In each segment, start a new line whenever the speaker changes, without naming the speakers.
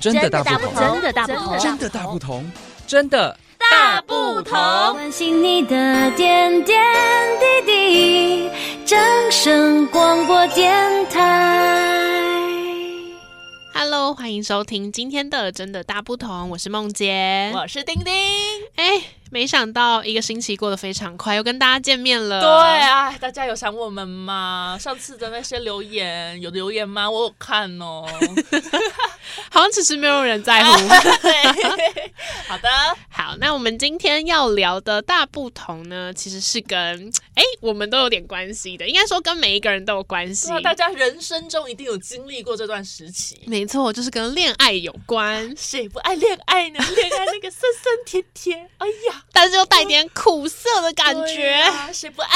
真的大
大
不
不
同，
同，的大
真
真
的
的
大不同，真的
大不同。
关心你的点点滴滴，掌声广播电台。
Hello，欢迎收听今天的《真的大不同》，我是梦洁。
我是丁丁，
哎，没想到一个星期过得非常快，又跟大家见面 了。
对啊，大家有想我们吗？上次的那些留言有留言吗？我有看 哦。
好像其实没有人 在乎。
对好的，
好，那我们今天要聊的大不同呢，其实是跟哎我们都有点关系的，应该说跟每一个人都有关系
希。望大家人生中一定有经历过这段时期。
没错，就是跟恋爱有 关，
谁不爱恋爱呢？恋爱那个酸酸甜甜，哎呀，
但是又带点苦涩的感
对
觉。
啊谁不爱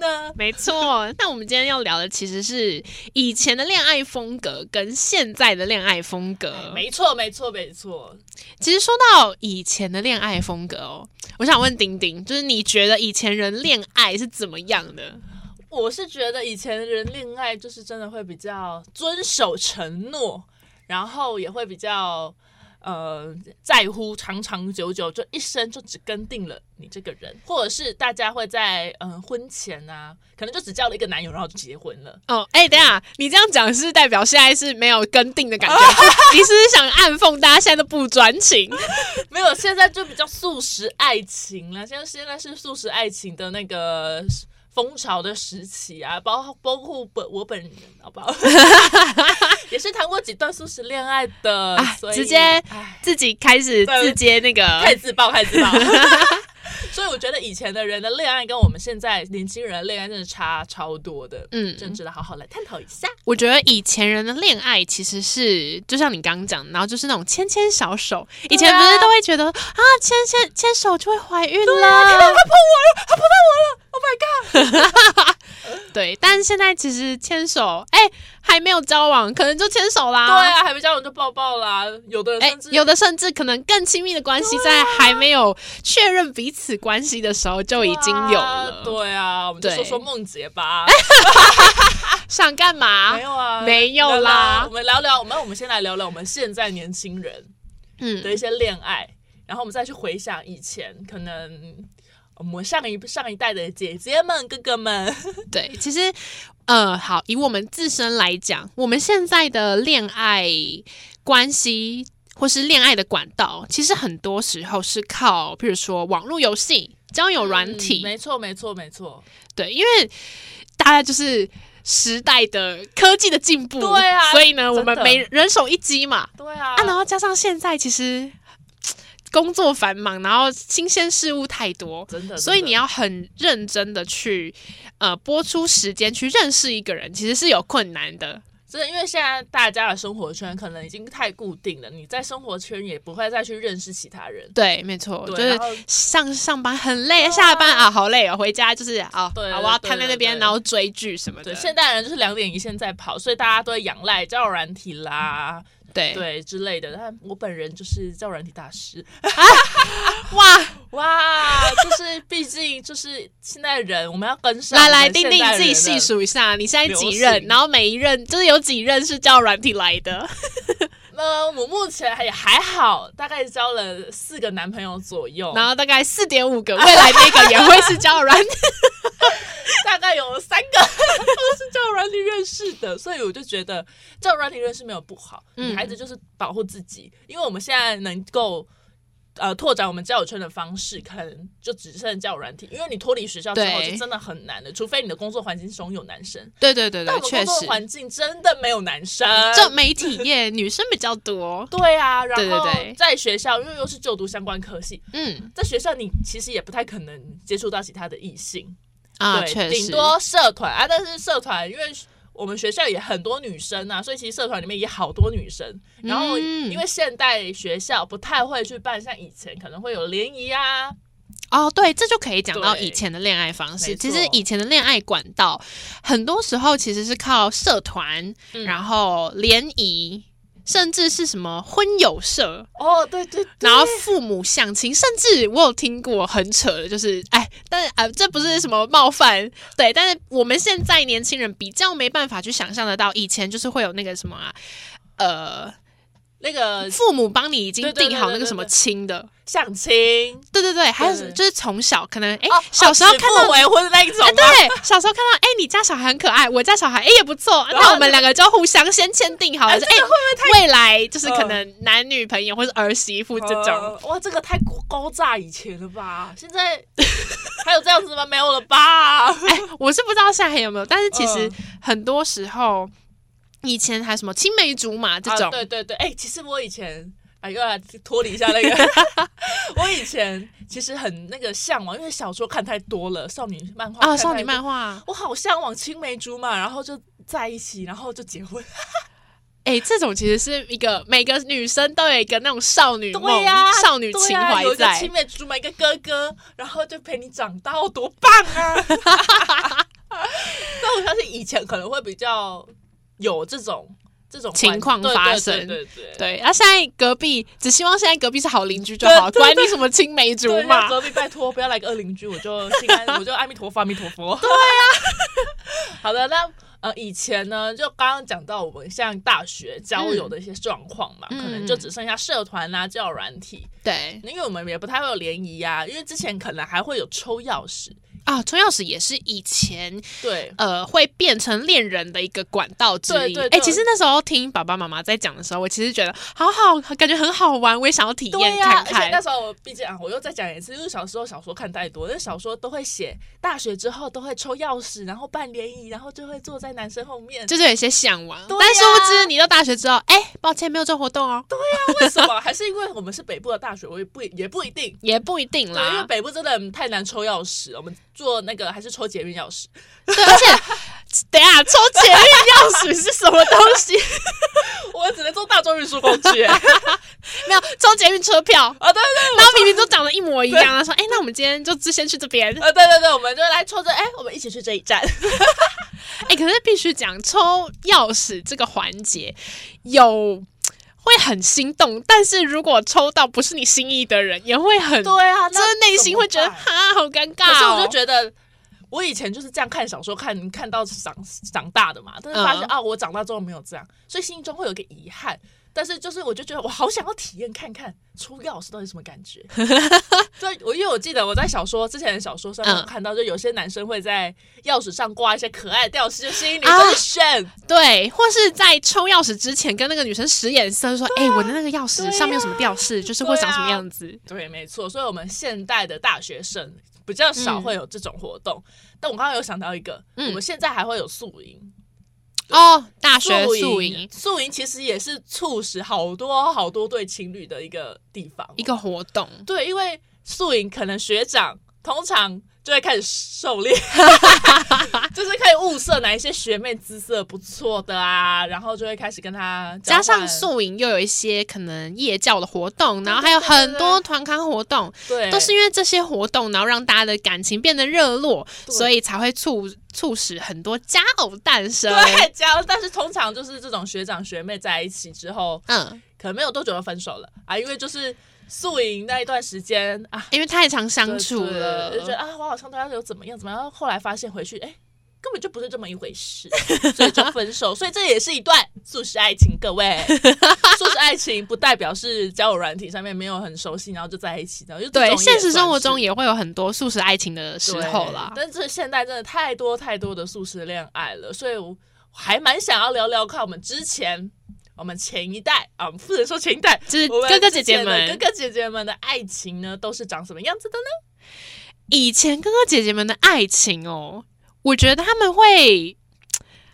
呢？
没错，那我们今天要聊的其实是以前的恋爱风格跟现在的恋爱风格。
哎没错，没错，没错。
其实说到以前的恋爱风格哦，我想问丁丁，就是你觉得以前人恋爱是怎么样的？
我是觉得以前人恋爱就是真的会比较遵守承诺，然后也会比较呃在乎长长久久，就一生就只跟定了你这个人，或者是大家会在嗯、呃婚前啊，可能就只交了一个男友，然后就结婚了。
哦，哎、等一下，你这样讲是代表现在是没有跟定的 感觉，你是不是想暗讽大家现在都不专情？
没有，现在就比较素食爱情了。现在现在是素食爱情的那个风潮的时期啊，包包括本我本人，好不好？ 也是谈过几段素食恋爱的，
啊
所以
直接
唉
自己开始
对
自接那个
太自爆，太自爆。 所以我觉得以前的人的恋爱跟我们现在年轻人的恋爱真的差超多的，
嗯
真值得好好来探讨一下。
我觉得以前人的恋爱其实是，就像你刚刚讲的，然后就是那种牵牵小手，以前不是都会觉得啊，牵牵牵手就会怀孕了，
啊
他碰我了，他碰到我了，Oh my god！对， 但是现在其实牵手，哎、还没有交往，可能就牵手啦。
对啊，还没交往就抱抱啦，有的人
哎、
甚至、
有的甚至可能更亲密的关系，
啊
在还没有确认彼此关系的时候就已经有了。
啊对啊，我们就
对
说说梦洁吧。
想干嘛？
没有啊，
没有啦
我们聊聊，我们我们先来聊聊我们现在年轻人
嗯，
的一些恋爱，然后我们再去回想以前可能。呃我们上一上一代的姐姐们、哥哥们，
对，其实，呃，好，以我们自身来讲，我们现在的恋爱关系或是恋爱的管道，其实很多时候是靠，比如说网络游戏、交友软体，
嗯没错，没错，没错，
对，因为大家就是。时代的科技的进步，
对啊
所以呢，我们
真的
每人手一机嘛，
对啊，
啊，然后加上现在其实工作繁忙，然后新鲜事物太多，
真的，
所以
真的
你要很认真的去，呃，播出时间去认识一个人，其实是有困难的。
真的，因为现在大家的生活圈可能已经太固定了，你在生活圈也不会再去认识其他人，
对，没错，
对
就
然
是
后
上上班很累，下班啊好累哦，回家就是啊，
对
好我要
对
瘫在那
对
边，
对
然后追剧什么
对，
的。
现代人就是两点一线在跑，所以大家都会仰赖交友软体啦，
对
对之类的。但我本人就是交友软体大师，
啊哇，
哇，就是毕竟就是现在人，我们要跟上
来来，
我们
丁
现
丁
代
你自己
人
细
的。
数一下，你现在几
流
任，
行
然后每一任就是有几任是叫软体来的。
呃，我目前还还好，大概交了四个男朋友左右，
然后大概四点五个，未来那个也会是交友软 体。
大概有三个都是交友软体认识的，所以我就觉得交友软体认识没有不好，
嗯
女孩子就是保护自己，因为我们现在能够。呃，拓展我们交友圈的方式，可能就只剩交友软体，因为你脱离学校之后
对
是真的很难的，除非你的工作环境中有男生。
对对对
但
对
我，们呃
确
工作
实，
环境真的没有男生，
就媒体业女生比较多。
对啊。然后
对对对
在学校，因为又是就读相关科系，
嗯
在学校你其实也不太可能接触到其他的异性，
啊，
对，
确实，
顶多社团啊，但是社团因为我们学校也很多女生啊，所以其实社团里面也好多女生。然后
嗯
因为现代学校不太会去办，像以前可能会有联谊啊，
哦，对，这就可以讲到
对
以前的恋爱方式。
没
其实
错
以前的恋爱管道，很多时候其实是靠社团，
嗯
然后联谊，甚至是什么婚友社。
哦，对对对，
然后父母相亲，甚至我有听过很扯的，就是哎，但是啊、这不是什么冒犯，对，但是我们现在年轻人比较没办法去想象得到，以前就是会有那个什么啊，呃，
那个
父母帮你已经
对对对
定好那
对
个
对
什么
对
亲的，
相亲，
对对对，还
对
有就是从小可能哎
哦，
小时候
指
看
腹
到。
为婚的那一种吗，
哎，对，小时候看到，哎、你家小孩很可爱，我家小孩，哎、也不错，
后
那我们两个就互相先签订好了，
哎
就
这
哎、
个
未来就是可
嗯
能男女朋友或者儿媳妇这种，
呃哇，这个太高高炸以前了吧？现在还有这样子吗？没有了吧？
哎、我是不知道现在还有没有，但是其实
嗯
很多时候，以前还什么青梅竹马这种，
啊对对对，哎、其实我以前。啊，又来脱离一下那个。 我以前其实很那个向往，因为小说看太多了，少女漫画
啊、
看哦太
少女
多
漫画，
我好向往青梅竹马，然后就在一起，然后就结婚。
哎、这种其实是一个每个女生都有一个那种少女梦、
对呀、
嗯少女
对
情
呀
怀
有一个
在。
青梅竹马，一个哥哥，然后就陪你长大，哦多棒 啊！那我相信以前可能会比较有这种这种
情
环
况
对对
发
对
生
对对
对，啊，现在隔壁只希望现在隔壁是好邻居就好，
对对
管你什么青梅竹
对，
马
要。隔壁拜托不要来个恶邻居，我就心 安，我就阿弥陀佛，阿弥陀佛。对啊， 好的，那呃，以前呢，就刚刚讲到我们像大学交友的一些状况嘛，
嗯
可能就只剩下社团啊、交友软体，
对
因为我们也不太会有联谊啊，因为之前可能还会有抽钥匙，
啊，抽钥匙也是以前
对。
呃会变成恋人的一个管道之
对
一。
对
哎、
对
其实那时候听爸爸妈妈在讲的时候，我其实觉得好好，感觉很好玩，我也想要体
对
验
呀、
看
而且
看。
那时候我毕竟啊，我又再讲一次，就是小时候小说看太多，因为小说都会写大学之后都会抽钥匙，然后办联谊，然后就会坐在男生后面，
就是有一些向往，
对呀
但殊不知你到大学之后，哎、抱歉没有这活动哦，
为什么？还是因为我们是北部的大学，我也不也不一定。
也不一定
对，因为
啦。
北部真的太难抽钥匙，我们做那个还是抽捷运钥匙。
对，而且等一下抽前面钥匙是什么东西？
我只能做大众运输工具、 欸
没有抽捷运车票，
啊，对对
然后明明都长得一模一样，他说：“哎、那我们今天就先去这边。
对，啊，对对对，我们就来抽着，哎、我们一起去这一站。
哎、可是必须讲抽钥匙这个环节有。会很心动，但是如果抽到不是你心意的人，也会 很，
对啊，
就
那
是内心会觉得
怎么办
哈，好尴尬、哦。
可是我就觉得，我以前就是这样看小说，看看到长长大的嘛，但是发现、
嗯
啊，我长大之后没有这样，所以心中会有一个遗憾。但是就是，我就觉得我好想要体验看看抽钥匙到底什么感 觉。对，我因为我记得我在小说之前的小说上面有
嗯
看到，就有些男生会在钥匙上挂一些可爱的吊饰，就吸引女
啊
生去选。
对，或是在抽钥匙之前跟那个女生使眼色，说：“
啊
哎、我的那个钥匙上面有什么吊饰，就是会长什么样子。
对，没错。所以我们现代的大学生比较少会有这种活动。但我刚刚有想到一个，
嗯
我们现在还会有宿营。”
哦，大学宿
营
营，
啊宿营其实也是促使好多好多对情侣的一个地方。
一个活动，
对，因为宿营可能学长通常就会开始狩猎， 就是可以物色哪一些学妹姿色不错的啊，然后就会开始跟他交
加
换
上宿营又有一些可能夜教的活动，然后还有
对对对
很多团康活动，
对，
都是因为这些活动，然后让大家的感情变得热络，
对
所以才会促促使很多佳偶诞生。
对交，但是通常就是这种学长学妹在一起之后，
嗯，
可能没有多久就分手了啊，因为就是宿营那一段时间啊，
因为太常相处
对
了，
对就觉得啊，我好像对他有怎么样怎么样，然后后来发现回去，哎，根本就不是这么一回 事，所以就分手。所以这也是一段素食爱情，各 位，素食爱情不代表是交友软体上面没有很熟悉，然后就在一起的，就这种
对
也
现实生活中
算是。
也会有很多素食爱情的时
对
候啦。
但是现在真的太多太多的素食恋爱了，所以我还蛮想要聊聊看我们之前，我们前一代啊，不能说前一代，
就是
我们
哥哥姐姐
之前的
们
哥哥姐姐们的爱情呢，都是长什么样子的呢？
以前哥哥姐姐们的爱情哦，我觉得他们会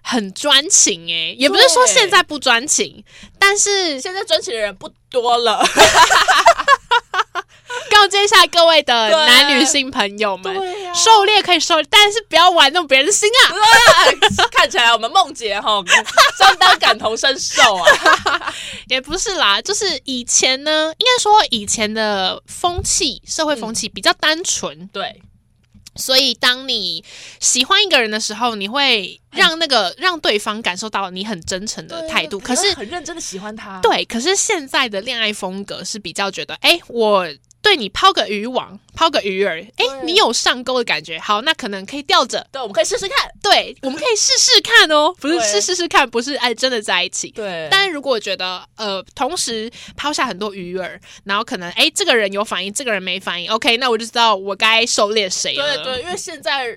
很专情诶、也不是说
对
现在不专情，但是
现在专情的人不多了，
告诫一下各位的
对
男女性朋友们，
对啊呀
狩猎可以狩猎，但是不要玩弄别人的心啊！
呃看起来我们梦姐哈相当感同身受 啊。
也不是啦，就是以前呢，应该说以前的风气，社会
嗯
风气比较单纯，
对，
所以当你喜欢一个人的时候，你会让那个让对方感受到你很真诚的态度。可是
很认真的喜欢他。，
对，可是现在的恋爱风格是比较觉得，哎、我。对你抛个渔网，抛个鱼饵，哎、
对
你有上钩的感觉，好，那可能可以吊着。
对，我们可以试试看。
对，我们可以试试看哦，不是
对
是试试看，不是哎真的在一起。
对，
但如果觉得呃，同时抛下很多鱼饵，然后可能哎、这个人有反应，这个人没反应，OK，那我就知道我该狩猎谁了。
对对，因为现在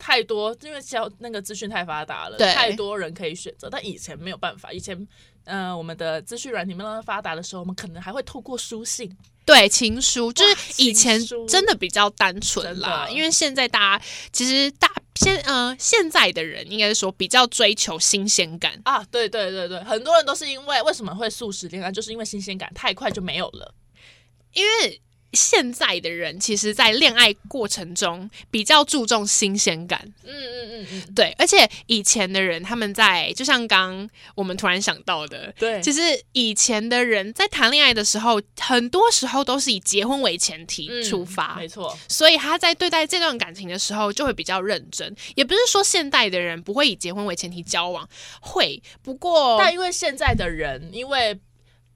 太多，因为交那个资讯太发达了，
对
太多人可以选择，但以前没有办法，以前。呃，我们的资讯软体没那么发达的时候，我们可能还会透过书信，
对，情书就是以前
情书
真的比较单纯啦，
真的
因为现在大家其实大现呃现在的人应该是说比较追求新鲜感，
啊，对对对对，很多人都是因为为什么会素食恋爱，就是因为新鲜感太快就没有了。
因为现在的人其实，在恋爱过程中比较注重新鲜感。
嗯嗯嗯嗯，
对，而且以前的人他们在就像刚我们突然想到的，
对
其实以前的人在谈恋爱的时候，很多时候都是以结婚为前提
嗯
出发，
没错，
所以他在对待这段感情的时候就会比较认真。也不是说现代的人不会以结婚为前提交往，会不过
但因为现在的人，因为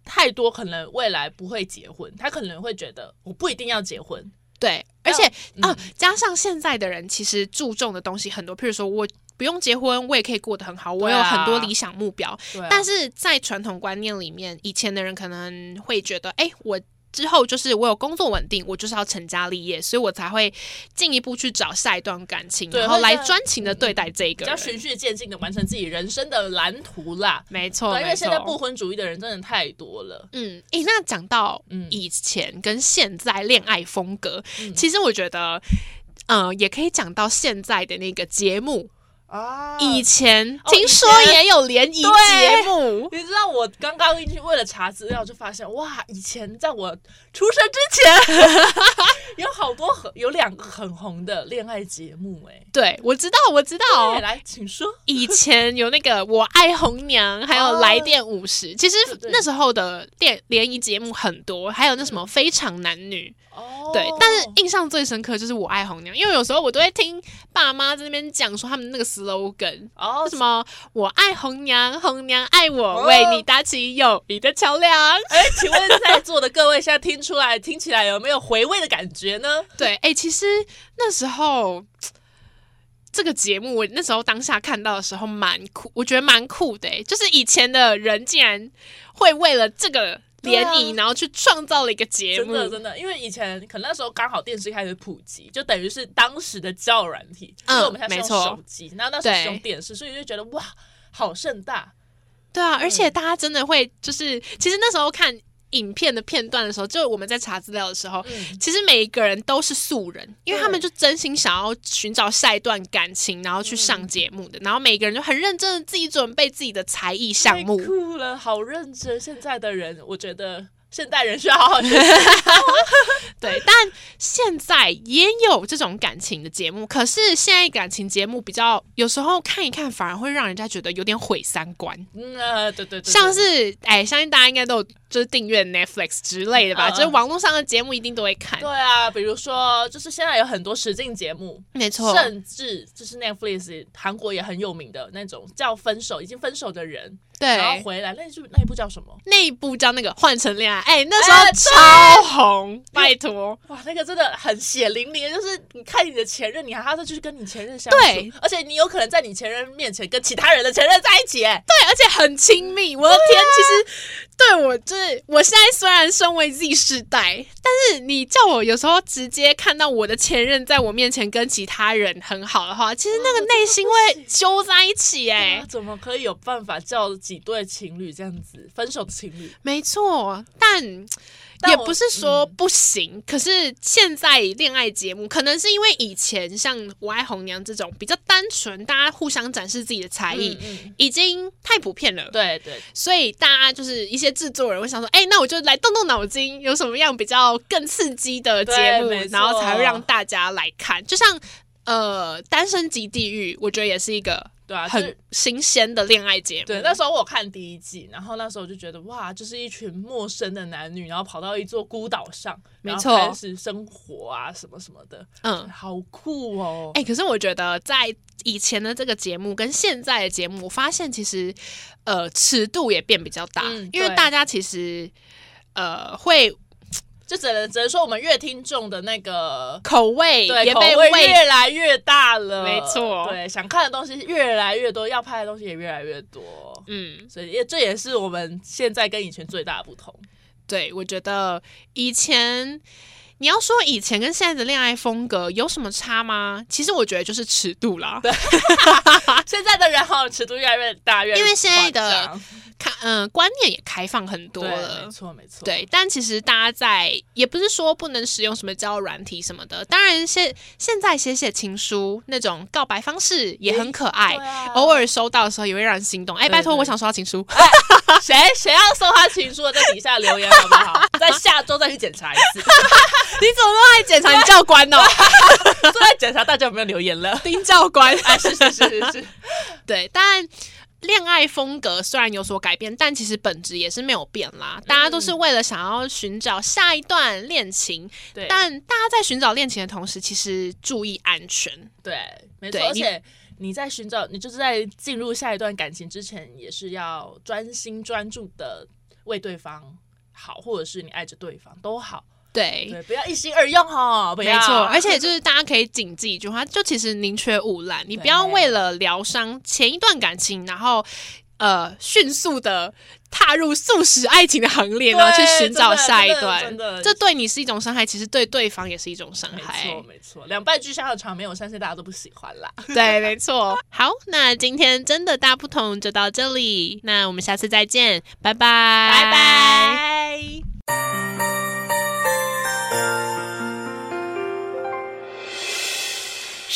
太多可能未来不会结婚，他可能会觉得我不一定要结婚。
对，而且
嗯
啊、加上现在的人其实注重的东西很多，譬如说我。不用结婚，我也可以过得很好。我
对
有
啊
很多理想目标，
对啊、
但是在传统观念里面，以前的人可能会觉得，哎、我之后就是我有工作稳定，我就是要成家立业，所以我才会进一步去找下一段感情，
对
然后来
会这样
专情的对待这一
比
个
较
人。
循序渐进的完成自己人生的蓝图啦。
没错，
对，因
没
为现在
错
不婚主义的人真的太多了。
嗯，诶，那讲到
嗯
以前跟现在恋爱风格，
嗯
其实我觉得，呃，也可以讲到现在的那个节目。
啊
以前、
哦
听说
以前
也有联谊节
对
目，
你知道我刚刚为了查资料就发现，哇，以前在我出生之前， 有好多很有两个很红的恋爱节目、哎，
对我知道，我知道
对，，来，请说。
以前有那个《我爱红娘》，还有《
哦
来电五十》，其实
对对
那时候的电联谊节目很多，还有那什么《非常男女》
哦
对，但是印象最深刻就是《我爱红娘》，因为有时候我都会听爸妈在那边讲说他们那个 slogan。
哦
什么？我爱红娘，红娘爱我，
哦
为你搭起友谊的桥梁。
哎，请问在座的各位现在听出来、听起来有没有回味的感觉呢？
对，哎、其实那时候这个节目，我那时候当下看到的时候蛮酷，我觉得蛮酷的、诶就是以前的人竟然会为了这个联
对
谊，
啊
然后去创造了一个节
真
目，
的真的，因为以前可能那时候刚好电视开始普及，就等于是当时的交友软体，
嗯
因为我们现在是用
没错
手机，然后那时候是
对
用电视，所以就觉得哇，好盛大。
对啊，而
嗯
且大家真的会就是，其实那时候看影片的片段的时候，就我们在查资料的时候。
嗯，
其实每一个人都是素人，因为
对
他们就真心想要寻找下一段感情，然后去上
嗯
节目的。然后每一个人就很认真的自己准备自己的才艺项目
太，酷了，好认真。现在的人，我觉得现代人需要好好学 习。
对，但现在也有这种感情的节目，可是现在感情节目比较有时候看一看，反而会让人家觉得有点毁三观。
嗯，呃对对对对，
像是哎，相信大家应该都有就是订阅 Netflix 之类的吧，
嗯嗯
就是网络上的节目一定都会看
对。啊，比如说，就是现在有很多实境节目，
没错，
甚至就是 Netflix 韩国也很有名的那种叫《分手》，已经分手的人，然后
对，
回来，那就那一部叫什么？
那一部叫那个《换成恋爱》，哎，那时
哎
候超红，拜托。
哇，那个真的很血淋淋，就是你看你的前任，你还要再去跟你前任相处，
对
而且你有可能在你前任面前跟其他人的前任在一起，哎
对，而且很亲密。我的天，其实对我就是，我现在虽然身为 Z 世代，但是你叫我有时候直接看到我的前任在我面前跟其他人很好的话，其实那个内心会揪在一起哎、
啊怎么可以有办法叫几对情侣这样子分手的情侣？
没错，但。
但
也
我嗯
不是说不行，可是现在恋爱节目可能是因为以前像《我爱红娘》这种比较单纯，大家互相展示自己的才艺，
嗯嗯
已经太普遍了。
对对，
所以大家就是一些制作人会想说，哎、那我就来动动脑筋，有什么样比较更刺激的节目
对没，错
然后才会让大家来看。就像呃，《单身级地狱》，我觉得也是一个
对啊就是
很嗯新鲜的恋爱节目。
对，那时候我有看第一季，然后那时候我就觉得哇，就是一群陌生的男女，然后跑到一座孤岛上，
没
然后
错
开始生活啊什么什么的，
嗯，
好酷哦！
哎、可是我觉得在以前的这个节目跟现在的节目，我发现其实呃尺度也变比较大，
嗯
因为
对
大家其实呃会。
就只能只能说我们乐听众的那个
口味
对
也
口
被
味
喂
越来越大了，
没错
对，想看的东西越来越多，要拍的东西也越来越多，
嗯，
所以也这也是我们现在跟以前最大的不同。
对，我觉得以前你要说以前跟现在的恋爱风格有什么差吗？其实我觉得就是尺度啦。
啊现在的人好像尺度越来越大，越来越
啊因为现在的
夸张
看，嗯、观念也开放很多
对，
了
没。错没错，
对，但其实大家在也不是说不能使用什么交友软体什么的，当然现现在写写情书那种告白方式也很可爱，
对啊
偶尔收到的时候也会让人心动。哎，
对
拜托，
对
我想收到情书。
谁谁要送他情书的，在底下留言好不 好？在下周再去检查一次，
你怎么那么爱检查？你教官 哦，
都在检查大家有没有留言了。
丁教官。
哎，是是是是是，
对，但恋爱风格虽然有所改变，但其实本质也是没有变啦。大家都
嗯
是为了想要寻找下一段恋情，
对，
但大家在寻找恋情的同时，其实注意安全。
对，没错，
对
而
你
且你在寻找，你就是在进入下一段感情之前，也是要专心专注的为对方好，或者是你爱着对方都好，
对。
对，不要一心二用哦，不
没
要，
错，而 且就是大家可以谨记一句话，就其实宁缺毋滥，你不要
对
为了疗伤前一段感情，然后呃迅速的踏入素食爱情的行列，
对
然后去寻找
真的
下一
真的
段
真的，
这对你是一种伤害，其实对对方也是一种伤
没
害
错。没错，两败俱伤的场面，我相信大家都不喜欢啦。
对，没错。好，那今天真的大不同就到这里，那我们下次再见，拜拜，拜
拜拜。